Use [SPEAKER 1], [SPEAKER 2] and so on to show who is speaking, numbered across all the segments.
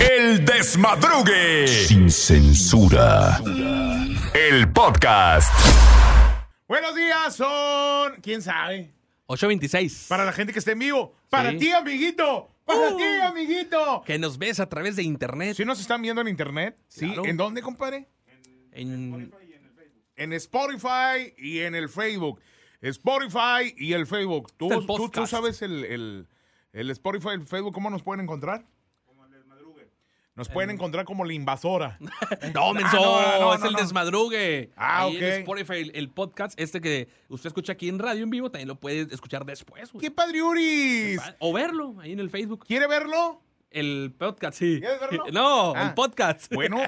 [SPEAKER 1] El desmadrugue.
[SPEAKER 2] Sin censura.
[SPEAKER 1] El podcast.
[SPEAKER 3] Buenos días, son. ¿Quién sabe?
[SPEAKER 4] 826.
[SPEAKER 3] Para la gente que esté en vivo. Para
[SPEAKER 4] Sí. Uh.
[SPEAKER 3] ti, amiguito. Para ti, amiguito.
[SPEAKER 4] Que nos ves a través de internet.
[SPEAKER 3] Si nos están viendo en internet, ¿sí?
[SPEAKER 4] Claro.
[SPEAKER 3] ¿En dónde, compadre?
[SPEAKER 4] En-
[SPEAKER 3] En Spotify y en el Facebook. Spotify y el Facebook. ¿Tú,
[SPEAKER 4] Está Este el
[SPEAKER 3] tú- tú
[SPEAKER 4] podcast.
[SPEAKER 3] sabes el, el- el Spotify, el Facebook, cómo nos pueden encontrar? Nos
[SPEAKER 4] Eh.
[SPEAKER 3] pueden encontrar como la invasora.
[SPEAKER 4] No, menso,
[SPEAKER 3] Ah, no, no,
[SPEAKER 4] es
[SPEAKER 3] no,
[SPEAKER 4] el
[SPEAKER 3] no.
[SPEAKER 4] desmadrugue.
[SPEAKER 3] Ah,
[SPEAKER 4] Ahí en
[SPEAKER 3] ok.
[SPEAKER 4] Spotify, el, el podcast, este que usted escucha aquí en radio en vivo, también lo puede escuchar después, güey.
[SPEAKER 3] ¡Qué padriuris!
[SPEAKER 4] O verlo ahí en el Facebook.
[SPEAKER 3] ¿Quiere verlo?
[SPEAKER 4] El podcast, sí.
[SPEAKER 3] ¿Quieres verlo?
[SPEAKER 4] No,
[SPEAKER 3] Ah.
[SPEAKER 4] el podcast.
[SPEAKER 3] Bueno,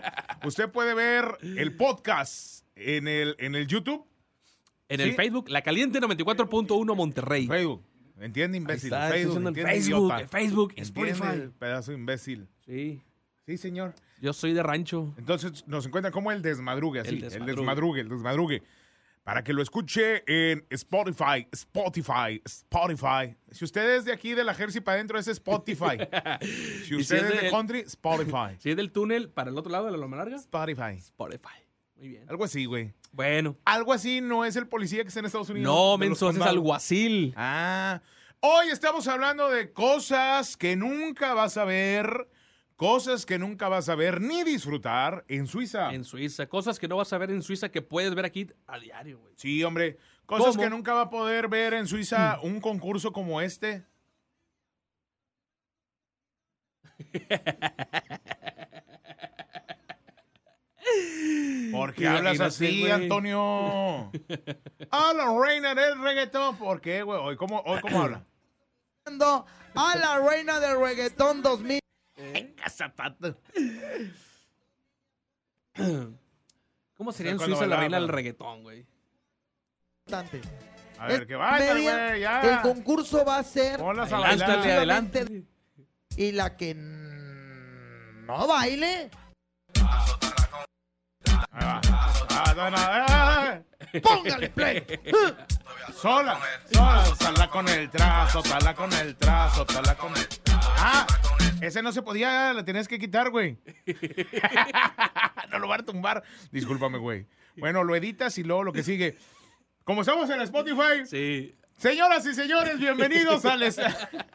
[SPEAKER 3] usted puede ver el podcast en el, en el YouTube.
[SPEAKER 4] En
[SPEAKER 3] sí.
[SPEAKER 4] el Facebook, la caliente 94.1 Monterrey.
[SPEAKER 3] Facebook. ¿Entiende, imbécil?
[SPEAKER 4] está,
[SPEAKER 3] Facebook,
[SPEAKER 4] estoy diciendo en
[SPEAKER 3] ¿entiende,
[SPEAKER 4] Facebook,
[SPEAKER 3] idiota?
[SPEAKER 4] en Facebook, en
[SPEAKER 3] ¿Entiende,
[SPEAKER 4] Spotify.
[SPEAKER 3] pedazo de imbécil.
[SPEAKER 4] Sí,
[SPEAKER 3] Sí, señor.
[SPEAKER 4] yo soy de rancho.
[SPEAKER 3] Entonces nos encuentran como el desmadrugue, así.
[SPEAKER 4] El
[SPEAKER 3] El desmadrugue.
[SPEAKER 4] desmadrugue.
[SPEAKER 3] el desmadrugue, Para que lo escuche en Spotify, Spotify, Spotify. Si usted es de aquí, de la jersey para adentro, es Spotify. si
[SPEAKER 4] Y si
[SPEAKER 3] usted
[SPEAKER 4] es
[SPEAKER 3] es de
[SPEAKER 4] de-
[SPEAKER 3] country, Spotify.
[SPEAKER 4] Si es del túnel para el otro lado de la Loma Larga,
[SPEAKER 3] Spotify.
[SPEAKER 4] Spotify. Muy bien.
[SPEAKER 3] Algo así, güey.
[SPEAKER 4] Bueno.
[SPEAKER 3] Algo así no es el policía que está en Estados Unidos.
[SPEAKER 4] No,
[SPEAKER 3] de los
[SPEAKER 4] menso, ese es
[SPEAKER 3] condados.
[SPEAKER 4] alguacil.
[SPEAKER 3] Ah, hoy estamos hablando de cosas que nunca vas a ver, cosas que nunca vas a ver ni disfrutar en Suiza.
[SPEAKER 4] En Suiza. Cosas que no vas a ver en Suiza que puedes ver aquí a diario, güey.
[SPEAKER 3] Sí, hombre, cosas
[SPEAKER 4] ¿Cómo? Mm.
[SPEAKER 3] que nunca va a poder ver en Suiza un concurso como este. ¿Por qué
[SPEAKER 4] Imagínate,
[SPEAKER 3] hablas así,
[SPEAKER 4] güey.
[SPEAKER 3] Antonio? A la reina del reggaetón. ¿Por qué, güey? ¿Hoy cómo, hoy cómo habla?
[SPEAKER 5] a la reina del reggaetón 2000.
[SPEAKER 3] ¿Eh?
[SPEAKER 4] ¿Cómo sería en
[SPEAKER 3] cuando
[SPEAKER 4] Suiza la
[SPEAKER 3] bailaba,
[SPEAKER 4] reina del
[SPEAKER 3] güey.
[SPEAKER 4] reggaetón, güey?
[SPEAKER 5] Bastante.
[SPEAKER 3] A ver,
[SPEAKER 5] Es
[SPEAKER 3] que vaya,
[SPEAKER 5] media,
[SPEAKER 3] güey,
[SPEAKER 5] El
[SPEAKER 3] ya.
[SPEAKER 5] concurso va a ser
[SPEAKER 3] Ponlas a
[SPEAKER 4] Adelántale,
[SPEAKER 3] bailar.
[SPEAKER 4] adelante.
[SPEAKER 5] y la que n- no baile,
[SPEAKER 3] Ahí va. Ah, no, no, ah,
[SPEAKER 5] póngale play.
[SPEAKER 3] ah. Sola, sola, sola con el trazo, sola con el trazo, sola con el... Ah, ese no se podía, la tenías que quitar, güey. no lo van a tumbar. Discúlpame, güey. Bueno, lo editas y luego lo que sigue. Como estamos en Spotify,
[SPEAKER 4] Sí.
[SPEAKER 3] señoras y señores, bienvenidos al es-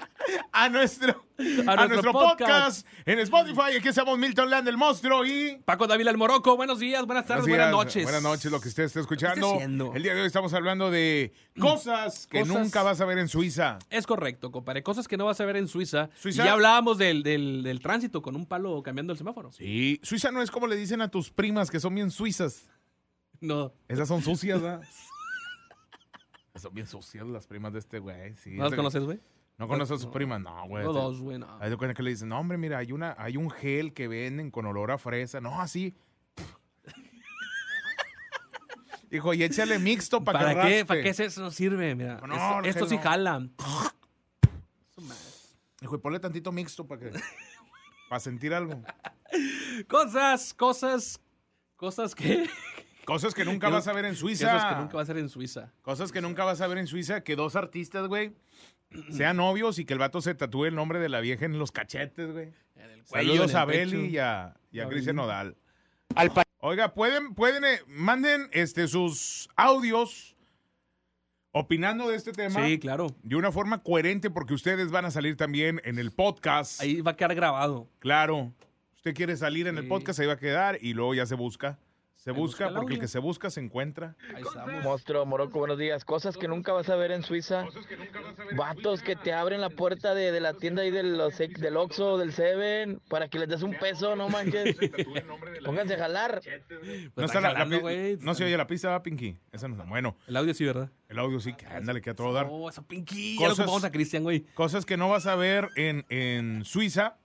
[SPEAKER 3] a nuestro, a nuestro, podcast. en Spotify. Aquí estamos Milton Land, el monstruo y...
[SPEAKER 4] Paco Dávila el Morocco, buenos días, buenas tardes,
[SPEAKER 3] Buenos
[SPEAKER 4] buenas
[SPEAKER 3] días,
[SPEAKER 4] noches.
[SPEAKER 3] Buenas noches, lo que usted está escuchando.
[SPEAKER 4] haciendo? Mm.
[SPEAKER 3] El día de hoy estamos hablando de cosas que
[SPEAKER 4] Cosas.
[SPEAKER 3] nunca vas a ver en Suiza.
[SPEAKER 4] Es correcto, compadre. Cosas que no vas a ver en Suiza.
[SPEAKER 3] Suiza.
[SPEAKER 4] Y ya hablábamos del, del- del tránsito con un palo cambiando el semáforo.
[SPEAKER 3] Sí, Suiza no es como le dicen a tus primas que son bien suizas.
[SPEAKER 4] No.
[SPEAKER 3] Esas son sucias, ¿verdad? son bien sucias las primas de este güey. Sí,
[SPEAKER 4] ¿No las
[SPEAKER 3] Te-
[SPEAKER 4] conoces, güey?
[SPEAKER 3] No conoces a sus primas, no, güey.
[SPEAKER 4] No
[SPEAKER 3] Te-
[SPEAKER 4] dos, güey, no.
[SPEAKER 3] Hay de cuenta que le dicen, no, hombre, mira, hay, una, hay un gel que venden con olor a fresa. No, así. Dijo, y échale mixto para,
[SPEAKER 4] ¿Para
[SPEAKER 3] que
[SPEAKER 4] qué?
[SPEAKER 3] raspe".
[SPEAKER 4] ¿Para qué eso no sirve? Mira,
[SPEAKER 3] No,
[SPEAKER 4] esto,
[SPEAKER 3] no,
[SPEAKER 4] esto
[SPEAKER 3] no.
[SPEAKER 4] sí jala.
[SPEAKER 3] Dijo, y ponle tantito mixto para que... para sentir algo.
[SPEAKER 4] Cosas, cosas, cosas que...
[SPEAKER 3] Cosas que nunca vas a ver en Suiza.
[SPEAKER 4] Cosas que nunca vas a ver en Suiza.
[SPEAKER 3] vas a ver en Suiza. Que dos artistas, güey, sean novios y que el vato se tatúe el nombre de la vieja en los cachetes, güey.
[SPEAKER 4] En el cuello,
[SPEAKER 3] Saludos
[SPEAKER 4] en el
[SPEAKER 3] a Beli
[SPEAKER 4] pecho.
[SPEAKER 3] y a, y a
[SPEAKER 4] A
[SPEAKER 3] Cristian
[SPEAKER 4] Beli.
[SPEAKER 3] Nodal. Oiga, pueden, pueden, eh, manden este, sus audios opinando de este tema.
[SPEAKER 4] Sí, claro.
[SPEAKER 3] De una forma coherente, porque ustedes van a salir también en el podcast.
[SPEAKER 4] Ahí va a quedar grabado.
[SPEAKER 3] Claro. Usted quiere salir en el
[SPEAKER 4] Sí.
[SPEAKER 3] podcast, ahí va a quedar y luego ya se busca. Se busca,
[SPEAKER 4] busca el
[SPEAKER 3] porque el
[SPEAKER 4] audio.
[SPEAKER 3] que se busca se encuentra.
[SPEAKER 4] Ahí estamos.
[SPEAKER 6] Monstruo, Morocco, buenos días. Cosas que nunca vas a ver en Suiza. Vatos que te abren la puerta de, de la tienda ahí del, del Oxxo, del Seven, para que les des un peso, no manches. Pónganse a jalar.
[SPEAKER 3] No,
[SPEAKER 4] Pues
[SPEAKER 3] está
[SPEAKER 4] está
[SPEAKER 3] la- la
[SPEAKER 4] jalando,
[SPEAKER 3] pi-
[SPEAKER 4] güey.
[SPEAKER 3] no se oye la pista, ¿verdad, Pinky? Esa no está. Bueno,
[SPEAKER 4] El audio sí, ¿verdad?
[SPEAKER 3] el audio sí,
[SPEAKER 4] Ah,
[SPEAKER 3] que ándale, que a todo dar.
[SPEAKER 4] Oh, esa pinky. Ya lo
[SPEAKER 3] Cosas-
[SPEAKER 4] ocupamos a Cristian, güey.
[SPEAKER 3] Cosas que no vas a ver en, en Suiza.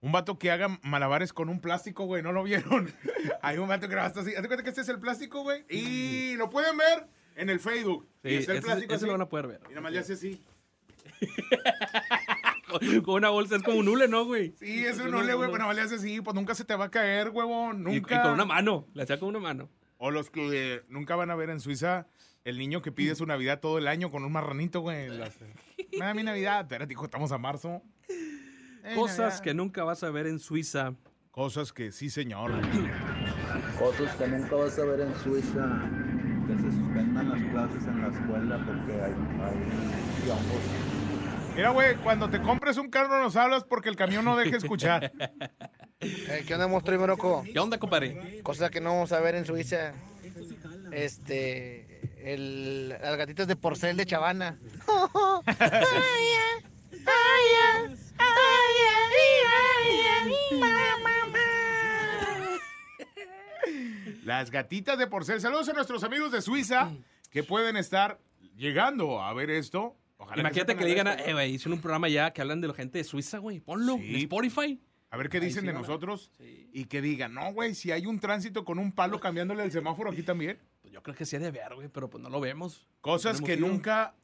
[SPEAKER 3] Un vato que haga malabares con un plástico, güey. ¿No lo vieron? Hay un vato que hasta así. Hazte cuenta que este es el plástico, güey. Y lo pueden ver en el Facebook.
[SPEAKER 4] Sí,
[SPEAKER 3] y está el
[SPEAKER 4] ese-
[SPEAKER 3] plástico
[SPEAKER 4] ese
[SPEAKER 3] así.
[SPEAKER 4] lo van a poder ver.
[SPEAKER 3] Y nada más le hace así.
[SPEAKER 4] Con- Con una bolsa, es como un hule, ¿no, güey?
[SPEAKER 3] Sí, eso no le, güey, pero nada más le hace así. Pues nunca se te va a caer, huevón.
[SPEAKER 4] Y, y
[SPEAKER 3] Nunca.
[SPEAKER 4] con una mano. La hacía con una mano.
[SPEAKER 3] O los que eh, nunca van a ver en Suiza el niño que pide su Navidad todo el año con un marranito, güey. en las- Me da mi Navidad. Espérate, hijo, estamos a marzo.
[SPEAKER 4] Cosas que nunca vas a ver en Suiza.
[SPEAKER 3] Cosas que sí, señor.
[SPEAKER 7] Otros que nunca vas a ver en Suiza, que se suspendan las clases en la escuela porque hay, hay piojos.
[SPEAKER 3] Mira, güey, cuando te compres un carro nos hablas porque el camión no deja escuchar.
[SPEAKER 8] Eh, ¿Qué onda, monstruo y Moroco?
[SPEAKER 4] ¿Qué onda, compadre?
[SPEAKER 8] Cosa que no vamos a ver en Suiza. Este. El, las gatitas de porcel de Chavana.
[SPEAKER 3] Las gatitas de porcel. Saludos a nuestros amigos de Suiza que pueden estar llegando a ver esto. Ojalá
[SPEAKER 4] Imagínate
[SPEAKER 3] se
[SPEAKER 4] que le digan,
[SPEAKER 3] pongan
[SPEAKER 4] a-
[SPEAKER 3] a ver
[SPEAKER 4] eh, güey, hicieron un programa ya que hablan de la gente de Suiza, güey. Ponlo en
[SPEAKER 3] Sí.
[SPEAKER 4] Spotify.
[SPEAKER 3] esto. A ver qué dicen de nosotros y que digan, no, güey, si hay un tránsito con un palo cambiándole el semáforo aquí también.
[SPEAKER 4] Pues yo creo que sí ha de ver, güey, pero pues no lo vemos.
[SPEAKER 3] Cosas
[SPEAKER 4] Tenemos
[SPEAKER 3] que
[SPEAKER 4] ido.
[SPEAKER 3] nunca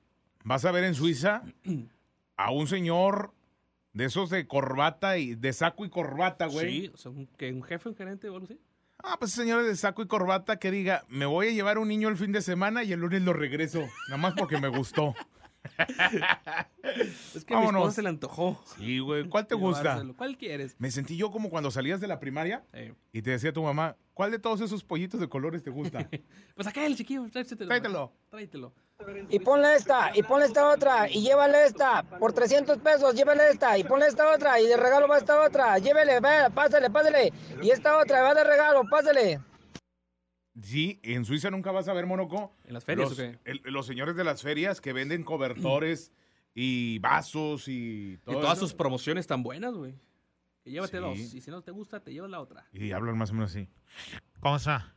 [SPEAKER 3] vas a ver en Suiza a un señor de esos de corbata y de saco y corbata, Ah, güey.
[SPEAKER 4] Sí, o sea, un, que un jefe, un gerente o algo así.
[SPEAKER 3] Ah, pues señores de saco y corbata que diga, me voy a llevar un niño el fin de semana y el lunes lo regreso, nada más porque me gustó.
[SPEAKER 4] Es que a mi
[SPEAKER 3] Vámonos.
[SPEAKER 4] esposa se le antojó.
[SPEAKER 3] Sí, güey, ¿cuál te gusta?
[SPEAKER 4] llevárselo. ¿Cuál quieres?
[SPEAKER 3] Me sentí yo como cuando salías de la primaria
[SPEAKER 4] Eh,
[SPEAKER 3] y te decía tu mamá, ¿cuál de todos esos pollitos de colores te gusta?
[SPEAKER 4] pues acá el chiquillo, tráetelo.
[SPEAKER 3] Tráetelo.
[SPEAKER 4] Tráetelo.
[SPEAKER 9] Y ponle esta, y ponle esta otra, y llévale esta, por 300 pesos, llévale esta, y ponle esta otra, y de regalo va esta otra, llévele, va, pásale, pásale, y esta otra va de regalo, pásale.
[SPEAKER 3] Sí, en Suiza nunca vas a ver, Monoco,
[SPEAKER 4] ¿En las ferias
[SPEAKER 3] los,
[SPEAKER 4] o qué? Mm.
[SPEAKER 3] el- los señores de las ferias que venden cobertores y vasos y
[SPEAKER 4] Y
[SPEAKER 3] todo
[SPEAKER 4] todas
[SPEAKER 3] eso.
[SPEAKER 4] sus promociones tan buenas, güey. Que llévatelos.
[SPEAKER 3] Sí.
[SPEAKER 4] Y si no te gusta, te llevas la otra.
[SPEAKER 3] Y hablan más o menos así.
[SPEAKER 10] Vamos a.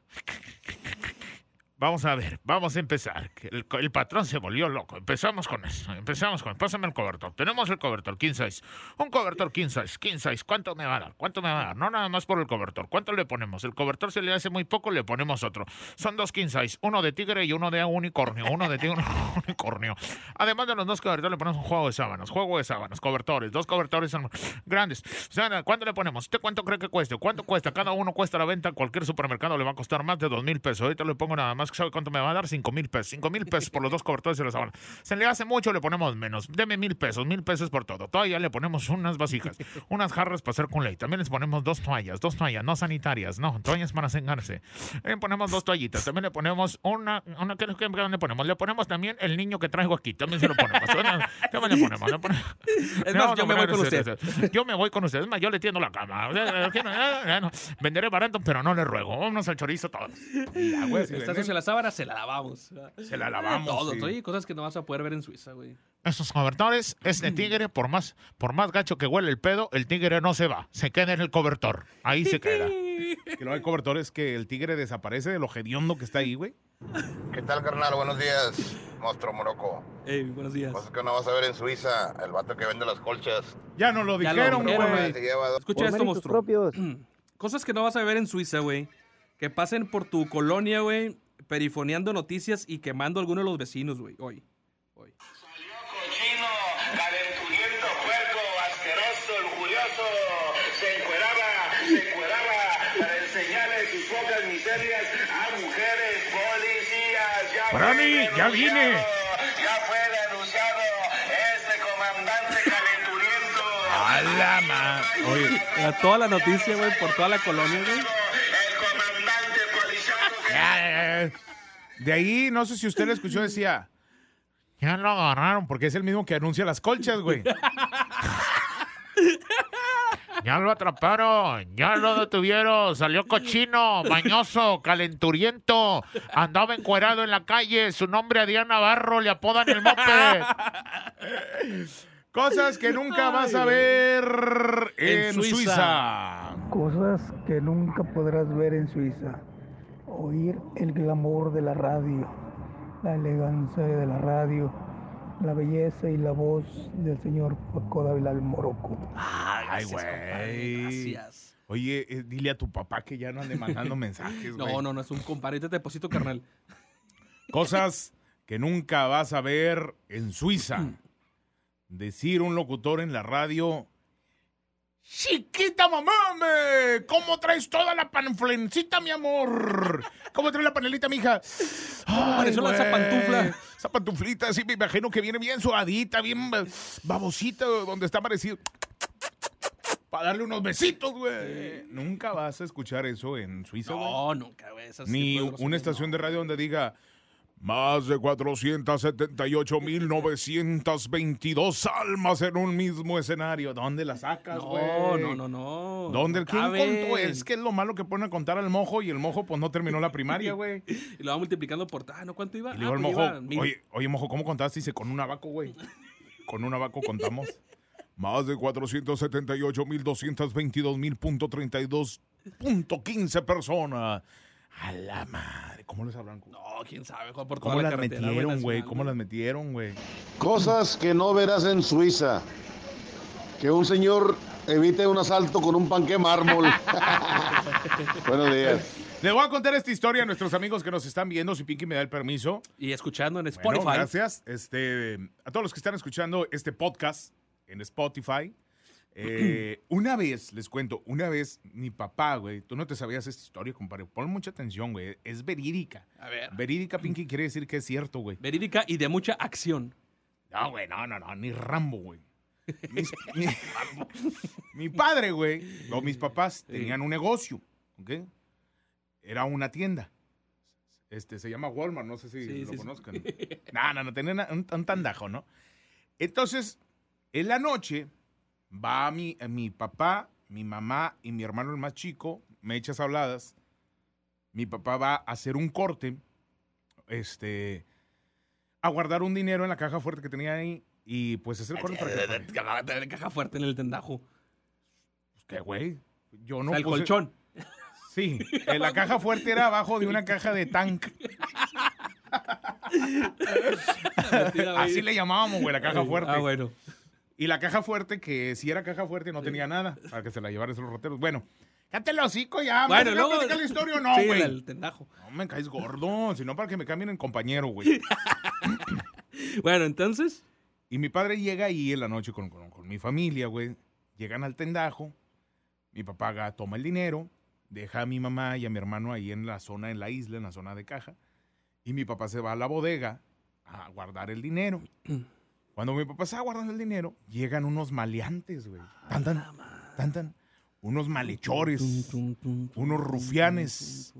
[SPEAKER 10] Vamos a ver, vamos a empezar. que El, el patrón se volvió loco. Empezamos con eso. Empezamos con. Pásame el cobertor. Tenemos el cobertor, 15 size. Un cobertor, 15 size, 15 size. ¿Cuánto me va a dar? ¿Cuánto me va a dar? No nada más por el cobertor. ¿Cuánto le ponemos? El cobertor se le hace muy poco, le ponemos otro. Son dos 15 size, uno de tigre y uno de unicornio. Uno de tigre, uno de unicornio. Además de los dos cobertores, le ponemos un juego de sábanas. Juego de sábanas, cobertores. Dos cobertores son grandes. O sea, ¿Cuánto le ponemos? ¿Usted cuánto cree que cueste? ¿Cuánto cuesta? Cada uno cuesta la venta. Cualquier supermercado le va a costar más de dos mil pesos. Ahorita le pongo nada más. ¿Sabe cuánto me va a dar? Cinco mil pesos. Cinco mil pesos por los dos cobertores de la sábana. Se le hace mucho, le ponemos menos. Deme mil pesos. Mil pesos por todo. Todavía le ponemos unas vasijas, unas jarras para hacer con ley. También les ponemos dos toallas. Dos toallas no sanitarias. No, toallas para cengarse. Le ponemos dos toallitas. También le ponemos una. una ¿qué, qué- qué le ponemos? Le ponemos también el niño que traigo aquí. También se lo ponemos. Una- también le ponemos? Le ponemos-
[SPEAKER 4] Es más, yo me voy
[SPEAKER 10] no,
[SPEAKER 4] con
[SPEAKER 10] no,
[SPEAKER 4] usted.
[SPEAKER 10] no, no. Yo me voy con usted. Es más, yo le tiendo la cama. O sea, eh, quiero- eh, eh, no. Venderé barato, pero no le ruego. Vámonos al chorizo todos.
[SPEAKER 3] La güey, si
[SPEAKER 4] Está
[SPEAKER 3] venden-
[SPEAKER 4] sucia la sábana, se la lavamos. Se
[SPEAKER 3] la lavamos,
[SPEAKER 4] Todo,
[SPEAKER 3] sí.
[SPEAKER 4] todo. Y cosas que no vas a poder ver en Suiza, güey.
[SPEAKER 10] Esos cobertores es de tigre. Por más, por más gacho que huele el pedo, el tigre no se va. Se queda en el cobertor. Ahí se queda.
[SPEAKER 3] Que no hay cobertores que el tigre desaparece de lo hediondo que está ahí, güey.
[SPEAKER 7] ¿Qué tal, carnal? Buenos días, monstruo moroco.
[SPEAKER 4] Ey, buenos días.
[SPEAKER 7] Cosas que no vas a ver en Suiza, el vato que vende las colchas.
[SPEAKER 3] Ya nos lo
[SPEAKER 4] Ya lo
[SPEAKER 3] dijeron,
[SPEAKER 4] dijeron,
[SPEAKER 3] güey.
[SPEAKER 7] Se lleva dos
[SPEAKER 4] Escucha esto, monstruo. Cosas que no vas a ver en Suiza, güey. Que pasen por tu colonia, güey, perifoneando noticias y quemando a alguno de los vecinos, güey, hoy. Hoy.
[SPEAKER 11] cochino, calenturiento, puerco, asqueroso, lujurioso, se encueraba, se encueraba para enseñarles sus pocas miserias a mujeres policías. Ya fue
[SPEAKER 10] Brani, ya
[SPEAKER 11] denunciado,
[SPEAKER 10] vine.
[SPEAKER 11] Ya fue denunciado ese comandante calenturiento.
[SPEAKER 3] A la ma- Oye,
[SPEAKER 4] Era Eh, toda la noticia, güey, por toda la colonia, güey.
[SPEAKER 11] El comandante policial
[SPEAKER 3] ya, ya, ya. de ahí, no sé si usted lo escuchó, decía,
[SPEAKER 10] Ya lo agarraron.
[SPEAKER 3] porque es el mismo que anuncia las colchas, güey.
[SPEAKER 10] Ya lo atraparon, ya lo detuvieron, salió cochino, mañoso, calenturiento, andaba encuerado en la calle, su nombre a Diana Barro, le apodan el mope.
[SPEAKER 3] Cosas que nunca vas a ver en,
[SPEAKER 4] En
[SPEAKER 3] Suiza.
[SPEAKER 4] Suiza.
[SPEAKER 8] Cosas que nunca podrás ver en Suiza. Oír el glamour de la radio, la elegancia de la radio, la belleza y la voz del señor Paco Dávila el Moroco.
[SPEAKER 3] Ay,
[SPEAKER 4] Gracias, compadre,
[SPEAKER 3] güey.
[SPEAKER 4] Gracias.
[SPEAKER 3] Oye, eh, dile a tu papá que ya no ande mandando mensajes, güey.
[SPEAKER 4] No, no, no es un compadre. Te deposito, carnal.
[SPEAKER 3] Cosas que nunca vas a ver en Suiza. Decir un locutor en la radio. Chiquita mamá, me, ¿cómo traes toda la panflencita, mi amor? ¿Cómo traes la panelita, mija? Ah,
[SPEAKER 4] pareció la
[SPEAKER 3] güey,
[SPEAKER 4] zapantufla?
[SPEAKER 3] Esa pantuflita, sí, me imagino que viene bien suadita, bien eh, babosita, donde está parecido. para darle unos besitos, güey. Nunca vas a escuchar eso en Suiza, güey.
[SPEAKER 4] No, nunca, güey. esas
[SPEAKER 3] Ni
[SPEAKER 4] tipos de groserías,
[SPEAKER 3] una estación de radio donde diga más de 478.922 almas en un mismo escenario. ¿Dónde las sacas,
[SPEAKER 4] No,
[SPEAKER 3] güey?
[SPEAKER 4] no, no, no.
[SPEAKER 3] ¿Dónde?
[SPEAKER 4] No
[SPEAKER 3] ¿Quién
[SPEAKER 4] caben.
[SPEAKER 3] contó? Es que es lo malo que ponen a contar al mojo y el mojo pues no terminó la primaria, güey.
[SPEAKER 4] Y lo va multiplicando por. Ah, ¿no cuánto iba?
[SPEAKER 3] Y le digo
[SPEAKER 4] ah,
[SPEAKER 3] al
[SPEAKER 4] pues
[SPEAKER 3] mojo,
[SPEAKER 4] iba mil.
[SPEAKER 3] oye, oye, mojo, ¿cómo contaste? Dice, con un abaco, güey. Con un abaco contamos. Más de 478.222.032.15 personas. A la madre. ¿Cómo les hablan?
[SPEAKER 4] No, quién sabe, Juan, por toda
[SPEAKER 3] ¿Cómo
[SPEAKER 4] la
[SPEAKER 3] las
[SPEAKER 4] carretera,
[SPEAKER 3] metieron,
[SPEAKER 4] nacional,
[SPEAKER 3] güey? ¿Cómo las metieron, güey?
[SPEAKER 12] Cosas que no verás en Suiza. Que un señor evite un asalto con un panque mármol. Buenos días.
[SPEAKER 3] Le voy a contar esta historia a nuestros amigos que nos están viendo, si Pinky me da el permiso.
[SPEAKER 4] Y escuchando en
[SPEAKER 3] Bueno,
[SPEAKER 4] Spotify.
[SPEAKER 3] gracias. Este, a todos los que están escuchando este podcast en Spotify. eh, una vez, les cuento, una vez mi papá, güey, tú no te sabías esta historia, compadre. Pon mucha atención, güey. Es verídica.
[SPEAKER 4] A ver.
[SPEAKER 3] Verídica, Pinky, quiere decir que es cierto, güey.
[SPEAKER 4] Verídica y de mucha acción.
[SPEAKER 3] No, güey, no, no, no, ni Rambo, güey. Mis- mi, mi padre, güey, o mis papás tenían un negocio, ¿ok? Era una tienda. Este, se llama Walmart, no sé si
[SPEAKER 4] Sí,
[SPEAKER 3] lo
[SPEAKER 4] sí, sí.
[SPEAKER 3] conozcan. No, no, no, tenían una- un, un tandajo, ¿no? Entonces, en la noche, va mi, mi papá, mi mamá y mi hermano el más chico, me echas habladas. Mi papá va a hacer un corte, este, a guardar un dinero en la caja fuerte que tenía ahí y pues hacer
[SPEAKER 4] Eh,
[SPEAKER 3] corte para que-
[SPEAKER 4] caja fuerte en el tendajo.
[SPEAKER 3] ¿Qué, güey? Yo no
[SPEAKER 4] O sea, el
[SPEAKER 3] puse-
[SPEAKER 4] colchón.
[SPEAKER 3] Sí, en la caja fuerte era abajo de una caja de tank. Así le llamábamos, güey, la caja fuerte.
[SPEAKER 4] Ah, bueno.
[SPEAKER 3] Y la caja fuerte, que si era caja fuerte, no tenía nada para que se la llevaran los rateros. Bueno, cállate el hocico ya.
[SPEAKER 4] Bueno,
[SPEAKER 3] Bueno,
[SPEAKER 4] luego-
[SPEAKER 3] no. la historia o no,
[SPEAKER 4] Sí,
[SPEAKER 3] güey?
[SPEAKER 4] el tendajo.
[SPEAKER 3] No me caes gordo, sino para que me cambien en compañero, güey.
[SPEAKER 4] bueno, entonces.
[SPEAKER 3] Y mi padre llega ahí en la noche con, con- con mi familia, güey. Llegan al tendajo. Mi papá ga- toma el dinero, deja a mi mamá y a mi hermano ahí en la zona, en la isla, en la zona de caja. Y mi papá se va a la bodega a guardar el dinero. Cuando mi papá está guardando el dinero, llegan unos maleantes, güey. Tan, tan, tan, tan. Unos malhechores, unos rufianes,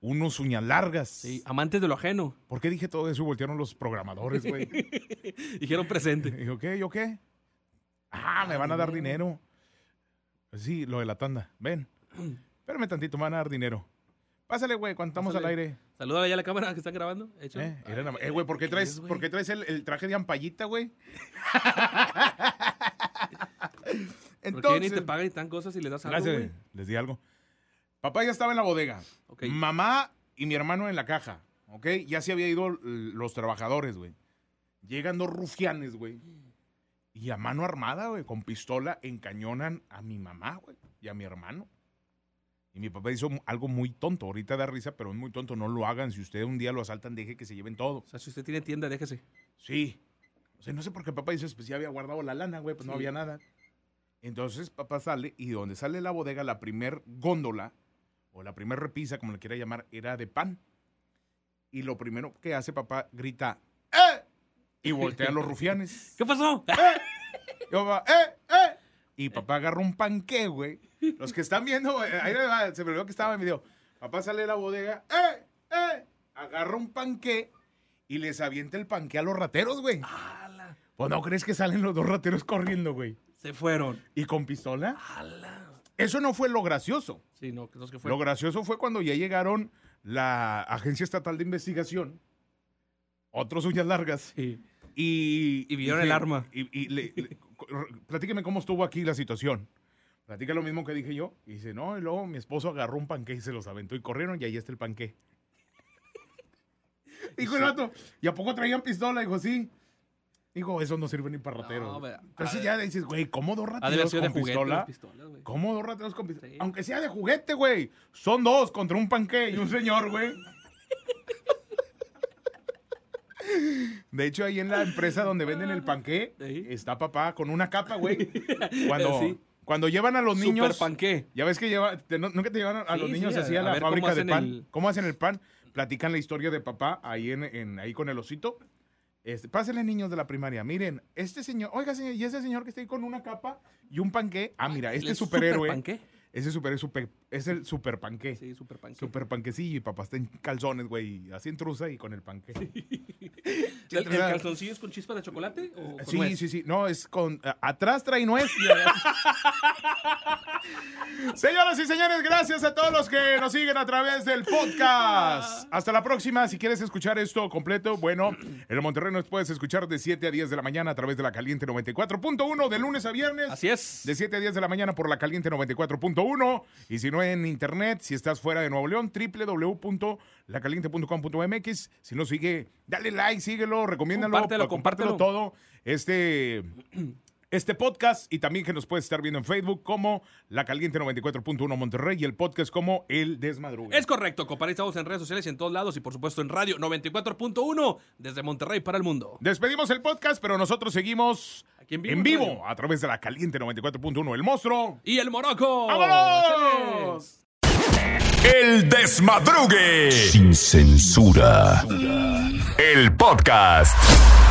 [SPEAKER 3] unos uñas largas.
[SPEAKER 4] amantes de lo ajeno.
[SPEAKER 3] ¿Por qué dije todo eso y voltearon los programadores, güey?
[SPEAKER 4] Dijeron presente.
[SPEAKER 3] Dijo, ¿qué? ¿Yo qué? Ah, me van a dar dinero. Sí, lo de la tanda. Ven. Espérame tantito, me van a dar dinero. Pásale, güey, cuando estamos al
[SPEAKER 4] Pásale.
[SPEAKER 3] aire.
[SPEAKER 4] Salúdale ya a la cámara que está grabando. échale.
[SPEAKER 3] Eh, era nada- eh, güey, ¿por qué traes, por qué traes el, el traje de ampallita, güey?
[SPEAKER 4] Porque vienen y te
[SPEAKER 3] Entonces-
[SPEAKER 4] pagan y tan cosas y les das algo,
[SPEAKER 3] Gracias,
[SPEAKER 4] güey.
[SPEAKER 3] les di algo. Papá ya estaba en la bodega. Mamá y mi hermano en la caja, ¿ok? Ya se había ido eh, los trabajadores, güey. Llegan dos rufianes, güey. Y a mano armada, güey, con pistola, encañonan a mi mamá, güey, y a mi hermano. Y mi papá hizo mu- algo muy tonto. Ahorita da risa, pero es muy tonto. No lo hagan. Si usted un día lo asaltan, deje que se lleven todo. O
[SPEAKER 4] sea, si usted tiene tienda, déjese.
[SPEAKER 3] Sí. O sea, no sé por qué papá dice, pues ya había guardado la lana, güey, pues no
[SPEAKER 4] Sí.
[SPEAKER 3] había nada. Entonces papá sale y donde sale la bodega, la primer góndola, o la primer repisa, como le quiera llamar, era de pan. Y lo primero que hace papá grita, ¡eh! Y voltean los rufianes.
[SPEAKER 4] ¿Qué pasó?
[SPEAKER 3] Y papá, ¡eh! ¡eh! Y papá agarra un panqué, güey. Los que están viendo, güey, ahí le va, se me olvidó que estaba en video. Papá sale de la bodega, ¡eh! ¡eh! Agarra un panqué y les avienta el panqué a los rateros, güey. ¿O no crees que salen los dos rateros corriendo, güey?
[SPEAKER 4] Se fueron.
[SPEAKER 3] ¿Y con pistola? Eso no fue lo gracioso.
[SPEAKER 4] Sí, no, los que
[SPEAKER 3] Lo
[SPEAKER 4] fueron.
[SPEAKER 3] gracioso fue cuando ya llegaron la Agencia Estatal de Investigación, otros uñas largas. Y,
[SPEAKER 4] Y vieron el arma.
[SPEAKER 3] Y, y le- le- co- platíqueme cómo estuvo aquí la situación. Platica lo mismo que dije yo. Y dice, no, y luego mi esposo agarró un panqué y se los aventó y corrieron y ahí está el panqué. Dijo el vato, ¿y a poco traían pistola? Dijo, sí. Dijo, eso no sirve ni para rateros.
[SPEAKER 4] No,
[SPEAKER 3] güey".
[SPEAKER 4] pero-
[SPEAKER 3] Entonces ya dices, güey, ¿cómo dos
[SPEAKER 4] Ha de haber
[SPEAKER 3] rateros
[SPEAKER 4] sido de
[SPEAKER 3] con
[SPEAKER 4] juguete
[SPEAKER 3] pistola?
[SPEAKER 4] las pistolas, güey.
[SPEAKER 3] ¿Cómo dos rateros con pistola? Aunque sea de juguete, güey. Son dos contra un panque y un señor, güey. De hecho, ahí en la empresa donde venden el panqué, está papá con una capa, güey. Cuando,
[SPEAKER 4] Sí.
[SPEAKER 3] cuando llevan a los
[SPEAKER 4] Super
[SPEAKER 3] niños.
[SPEAKER 4] panqué.
[SPEAKER 3] Ya ves que lleva, te- no- nunca te llevan a, a
[SPEAKER 4] Sí,
[SPEAKER 3] los niños
[SPEAKER 4] sí, a-
[SPEAKER 3] así a,
[SPEAKER 4] a
[SPEAKER 3] la
[SPEAKER 4] ver cómo
[SPEAKER 3] fábrica de
[SPEAKER 4] hacen
[SPEAKER 3] pan.
[SPEAKER 4] el-
[SPEAKER 3] ¿Cómo hacen el pan? Platican la historia de papá ahí, en, en- ahí con el osito. Este, pásenle, niños de la primaria. Miren, este señor, oiga, señor, y ese señor que está ahí con una capa y un panqué. Ah, mira, este
[SPEAKER 4] ¿Es
[SPEAKER 3] superhéroe.
[SPEAKER 4] superpanqué?
[SPEAKER 3] Ese super, super- es el super panqué. Sí,
[SPEAKER 4] super panqué.
[SPEAKER 3] Super panquecillo y papá está en calzones, güey, y así en trusa y con el panqué.
[SPEAKER 4] ¿El, el calzoncillo es con chispa de chocolate? O con
[SPEAKER 3] Sí,
[SPEAKER 4] nuez?
[SPEAKER 3] sí, sí. No, es con. a- atrás trae nuez. Señoras y señores, gracias a todos los que nos siguen a través del podcast. Hasta la próxima. Si quieres escuchar esto completo, bueno, en Monterrey nos puedes escuchar de 7 a 10 de la mañana a través de la Caliente 94.1 de lunes a viernes. Así
[SPEAKER 4] es.
[SPEAKER 3] De 7 a 10 de la mañana por la Caliente 94.1. Y si no en internet, si estás fuera de Nuevo León, www.lacaliente.com.mx. Si no sigue, dale like, síguelo, recomiéndalo, pues,
[SPEAKER 4] Compártelo,
[SPEAKER 3] compártelo todo
[SPEAKER 4] compártelo.
[SPEAKER 3] todo este, este podcast y también que nos puedes estar viendo en Facebook como La Caliente 94.1 Monterrey y el podcast como El Desmadrugue.
[SPEAKER 4] Es correcto, compadre. Estamos en redes sociales y en todos lados y por supuesto en radio 94.1 desde Monterrey para el mundo.
[SPEAKER 3] Despedimos el podcast, pero nosotros seguimos en vivo,
[SPEAKER 4] vivo,
[SPEAKER 3] a través de La Caliente 94.1 El Monstruo.
[SPEAKER 4] Y el Morocco.
[SPEAKER 3] ¡Vámonos!
[SPEAKER 1] El Desmadrugue.
[SPEAKER 2] Sin censura.
[SPEAKER 1] El podcast.